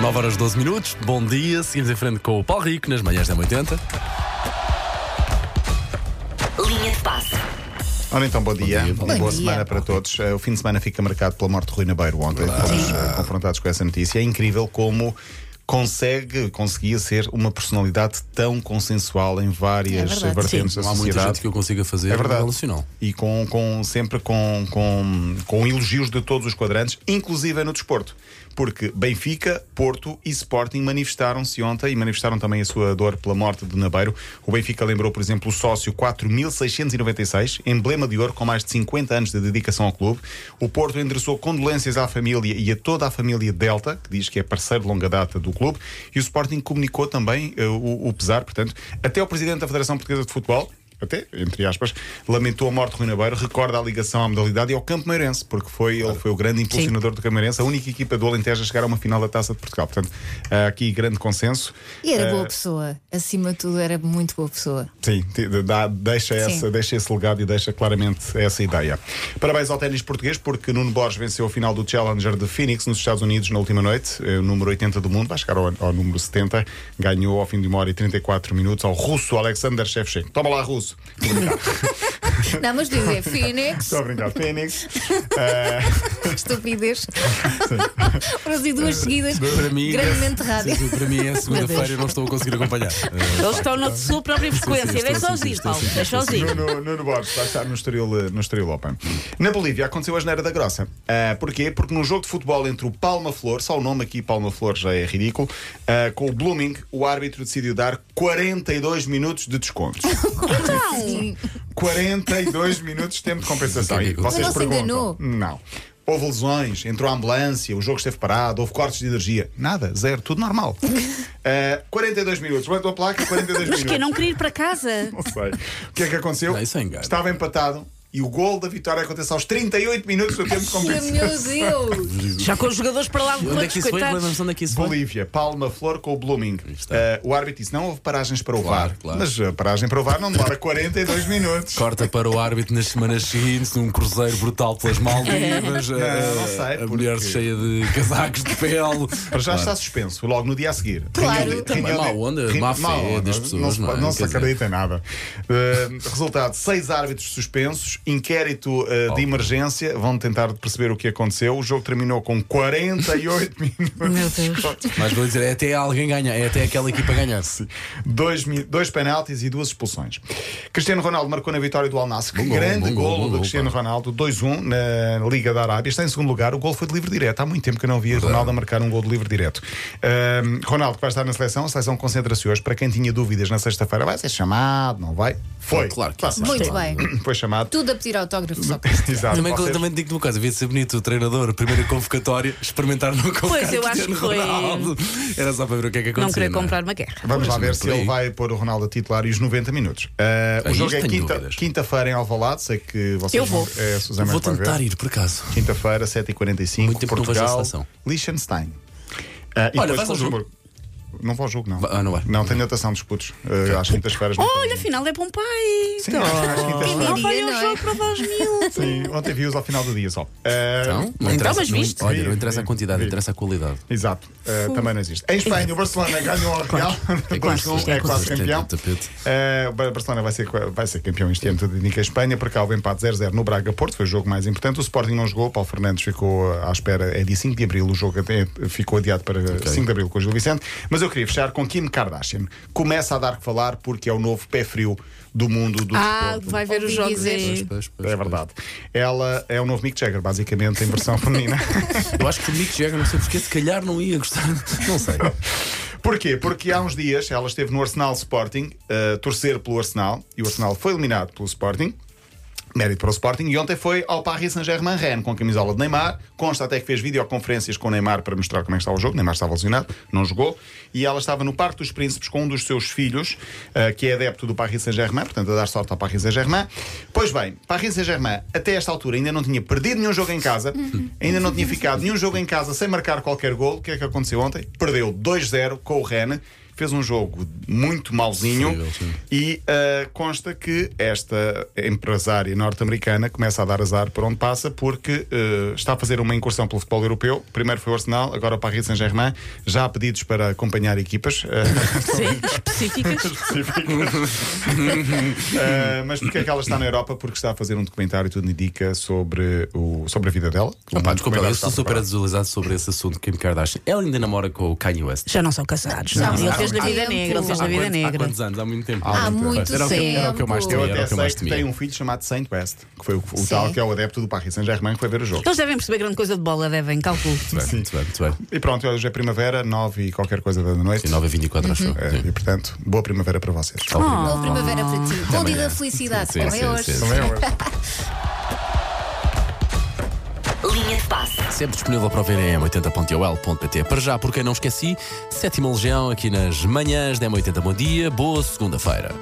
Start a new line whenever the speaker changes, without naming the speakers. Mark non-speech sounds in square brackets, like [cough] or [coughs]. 9 horas 12 minutos, bom dia. Seguimos em frente com o Paulo Rico nas manhãs da 80.
Linha de passe.
Ora então, bom dia.
dia,
e
bom
Boa
dia.
semana para todos. Eh, O fim de semana fica marcado pela morte de Rui Nabeiro ontem. Fomos eh, confrontados com essa notícia. É incrível como consegue, conseguia ser uma personalidade tão consensual em
É
várias
verdade.
vertentes
Não
da
há muita
sociedade.
gente que eu consiga fazer
É verdade.
relacional.
E com, com- sempre com, com, com elogios de todos os quadrantes, inclusive no desporto. Porque Benfica, Porto e Sporting manifestaram-se ontem e manifestaram também a sua dor pela morte de Nabeiro. O Benfica lembrou, por exemplo, o sócio 4696, emblema de ouro com mais de 50 anos de dedicação ao clube. O Porto endereçou condolências à família e a toda a família Delta, que diz que é parceiro de longa data do clube. E o Sporting comunicou também eh, o- o pesar, portanto, até o presidente da Federação Portuguesa de Futebol, até, entre aspas, lamentou a morte de Rui Nabeiro, recorda a ligação à modalidade e ao Campo Meirense, porque foi, ele foi o grande impulsionador do Campo Meirense, a única equipa do Alentejo a chegar a uma final da Taça de Portugal. Portanto, há aqui grande consenso.
E era boa
É.
Eh,
pessoa. Acima de tudo, era muito boa pessoa.
Sim, te- dá- deixa,
Sim.
essa, deixa esse legado e deixa claramente essa ideia. Parabéns ao ténis português, porque Nuno Borges venceu a final do Challenger de Phoenix nos Estados Unidos na última noite, eh, o número 80 do mundo, vai chegar ao, ao número 70, ganhou ao fim de uma hora e 34 minutos ao russo Alexander Shevchenko. Toma lá, russo!
Não,
[laughs]
mas dizer Phoenix,
Estou a brincar, Phoenix.
[laughs]
estupidez. Para dizer duas seguidas,
Para mim,
grandemente
sim,
errada.
sim, para mim é segunda-feira, eu não estou a conseguir [laughs] acompanhar. Eh,
Eles estão na sua própria
Sim,
frequência.
sim, estou
Deixa-os
assim,
ir,
estou
Paulo. É
assim.
Deixa-os ir.
Nuno, Nuno Borges vai estar no Estoril, eh, no Estoril Open. Na Bolívia aconteceu a geneira da grossa. Ah, porquê? Porque num jogo de futebol entre o Palma Flor, só o nome aqui Palma Flor já é ridículo, ah, com o Blooming, o árbitro decidiu dar 42 minutos de descontos.
Sim.
42 minutos de tempo de compensação. E
Ridículo.
vocês
Mas não se
perguntam,
enganou?
Não. Houve lesões, entrou a ambulância, o jogo esteve parado, houve cortes de energia. Nada, zero, tudo normal. Ah, 42 minutos, levantou a placa, 42
Mas
minutos.
que não querer ir para casa?
Não sei. O que é que aconteceu?
Não, isso é engano.
Estava empatado e o gol da vitória aconteceu aos 38 minutos do tempo de compensação.
Então, Meu Deus!
Já com os jogadores para lá de
Onde é que
quantos
isso foi?
coitados.
Lembra-se Onde é que isso foi?
Bolívia, Palma Flor com o Blooming.
está.
Eh, o árbitro disse: não houve paragens para o
Claro,
VAR.
claro.
Mas a paragem para o VAR não demora 42 minutos.
Corta para o árbitro nas semanas seguintes, num cruzeiro brutal pelas Maldivas, a,
não sei,
a
porque-
mulher cheia de casacos de pele.
Para já está suspenso, logo no dia a seguir.
Claro.
Reunião de-
Também
reunião
má
de-
onda,
reuni-
má fé
onda.
das pessoas,
Não se,
não é?
não se
Quer dizer-
acredita em nada. Eh, resultado: seis árbitros suspensos, inquérito eh, de emergência, vão tentar perceber o que aconteceu. O jogo terminou com 48 minutos.
Meu Deus.
Mas vou dizer, é até alguém ganhar, é até aquela equipa ganhar.
Dois, mi- dois penaltis e duas expulsões. Cristiano Ronaldo marcou na vitória do Al Nassr.
Bom gol,
Grande
bom gol, bom
golo do
gol,
Cristiano
pá.
Ronaldo, 2-1 na Liga da Arábia. Está em segundo lugar. O gol foi de livre direto. Há muito tempo que eu não via Ronaldo a marcar um gol de livre direto. Ahm, Ronaldo, que vai estar na seleção, a seleção concentra-se hoje. Para quem tinha dúvidas na sexta-feira, vai ser chamado, não vai? Foi.
Claro que
Vai
sim.
ser.
Muito bem.
[coughs] Foi chamado.
Tudo a pedir autógrafo só.
[coughs] Exato.
Também,
Vocês-
também te digo-te uma coisa, devia ser bonito o treinador, a primeira convocatória, experimentar no convocar
Pois, eu acho
Cristiano
que foi-
Ronaldo. Era só para ver o que é que acontecia.
Não querer
é?
comprar uma guerra.
Pois,
Vamos lá
não é
ver se
por aí.
ele vai pôr o Ronaldo a titular e os 90 minutos. Ah,
Ah,
o jogo
isto
é
tenho
quinta-
dúvidas.
quinta-feira em Alvalade. Sei que vocês
Eu vou.
vão- É, a Susana
Vou
que vai ver.
tentar ir, por acaso.
Quinta-feira, 7h45,
Muito tempo que não vejo a
Portugal,
seleção.
Liechtenstein. Ah, e
Olha,
depois
vais ao jogo?
Luxemburgo. Não vou ao jogo, não.
Va- ah, não vai.
Não, tenho natação de escudos. ah, às quintas-feiras.
Olha, Então. afinal é bom pai.
Sim, às quintas-feiras.
Não vai
Diria, não
ao
é?
jogo para dar os mil.
Sim, ontem vi-os ao final do dia só. Ah,
Não? Não
Então,
interessa-
mas
não-
viste?
Olha,
Vi,
não interessa a
vi,
quantidade, então.
vi.
interessa a qualidade.
Exato, Ah, também não existe. Em Espanha, o Barcelona ganhou ao Real.
Claro,
2-1,
isto
é
é
quase
coisa-
campeão.
tapete.
Ah, o Bar- Barcelona vai ser, vai ser campeão este ano, tudo indica a Espanha. Por cá houve empate 0-0 no Braga-Porto, foi o jogo mais importante. O Sporting não jogou, Paulo Fernandes ficou à espera. É dia 5 de abril, o jogo até eh, ficou adiado para 5 de abril com o Gil Vicente. Mas eu queria fechar com Kim Kardashian. Começa a dar que falar porque é o novo pé frio do mundo do
Ah,
desporto.
vai ver os
Ouvi
jogos
dizer.
aí.
Pois, pois,
É verdade. Ela é o novo Mick Jagger, basicamente, em versão [laughs] feminina.
pois. Eu acho que o Mick Jagger, não sei porque, se calhar não ia gostar. [laughs] Não sei.
Porquê? Porque há uns dias ela esteve no Arsenal Sporting, a torcer pelo Arsenal, e o Arsenal foi eliminado pelo Sporting. Mérito para o Sporting, e ontem foi ao Paris Saint-Germain Rennes com a camisola de Neymar. Consta até que fez videoconferências com o Neymar para mostrar como é que estava o jogo. Neymar estava lesionado, não jogou. E ela estava no Parque dos Príncipes com um dos seus filhos, eh, que é adepto do Paris Saint-Germain, portanto, a dar sorte ao Paris Saint-Germain. Pois bem, Paris Saint-Germain, até esta altura, ainda não tinha perdido nenhum jogo em casa, ainda não tinha ficado nenhum jogo em casa sem marcar qualquer gol. O que é que aconteceu ontem? Perdeu 2-0 com o Rennes. fez um jogo muito malzinho
Horrível, sim.
e ah, consta que esta empresária norte-americana começa a dar azar por onde passa porque ah, está a fazer uma incursão pelo futebol europeu. Primeiro foi o Arsenal, agora o Paris Saint-Germain. Já há pedidos para acompanhar equipas. ah,
[laughs]
[laughs]
Sim, específicas.
específicas. Ah, mas porque é que ela está na Europa? Porque está a fazer um documentário, tudo indica, sobre, o, sobre a vida dela.
Pá,
Um
desculpa,
documentário
eu
que
estou
está a
super
preparar.
atualizado sobre esse assunto. Kim Kardashian, ela ainda namora com o Kanye West.
Já não são casados.
Não,
Não,
ele fez na
há
vida
tempo.
negra. Ele fez na
Há
vida
quantos- Há
negra.
quantos anos? Há muito tempo.
Há muito
Era o que- era o que eu mais
tempo.
temia,
Eu
era o que eu
até sei
mais
que tem
temia.
um filho chamado Saint West, que foi o, o
Sim.
tal que é o adepto do Paris Saint-Germain que foi ver o jogo.
Eles devem perceber grande coisa de bola, devem, calculo.
Muito bem, muito bem, muito bem.
E pronto, hoje é primavera, nove e qualquer coisa da noite.
Sim, 9 a 24, acho eu.
É,
Sim.
e portanto, boa primavera para vocês.
Tá ouvindo.
Boa primavera para ti. Bom dia
amanhã.
da felicidade.
Sim,
Também
sim,
hoje.
sim, sim.
Linha de passe.
Sempre disponível para ouvir em m80.ol.pt. Para já, porque não esqueci, sétima legião aqui nas manhãs da M80. Bom dia, boa segunda-feira.